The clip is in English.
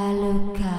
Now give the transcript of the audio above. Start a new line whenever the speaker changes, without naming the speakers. Aluka.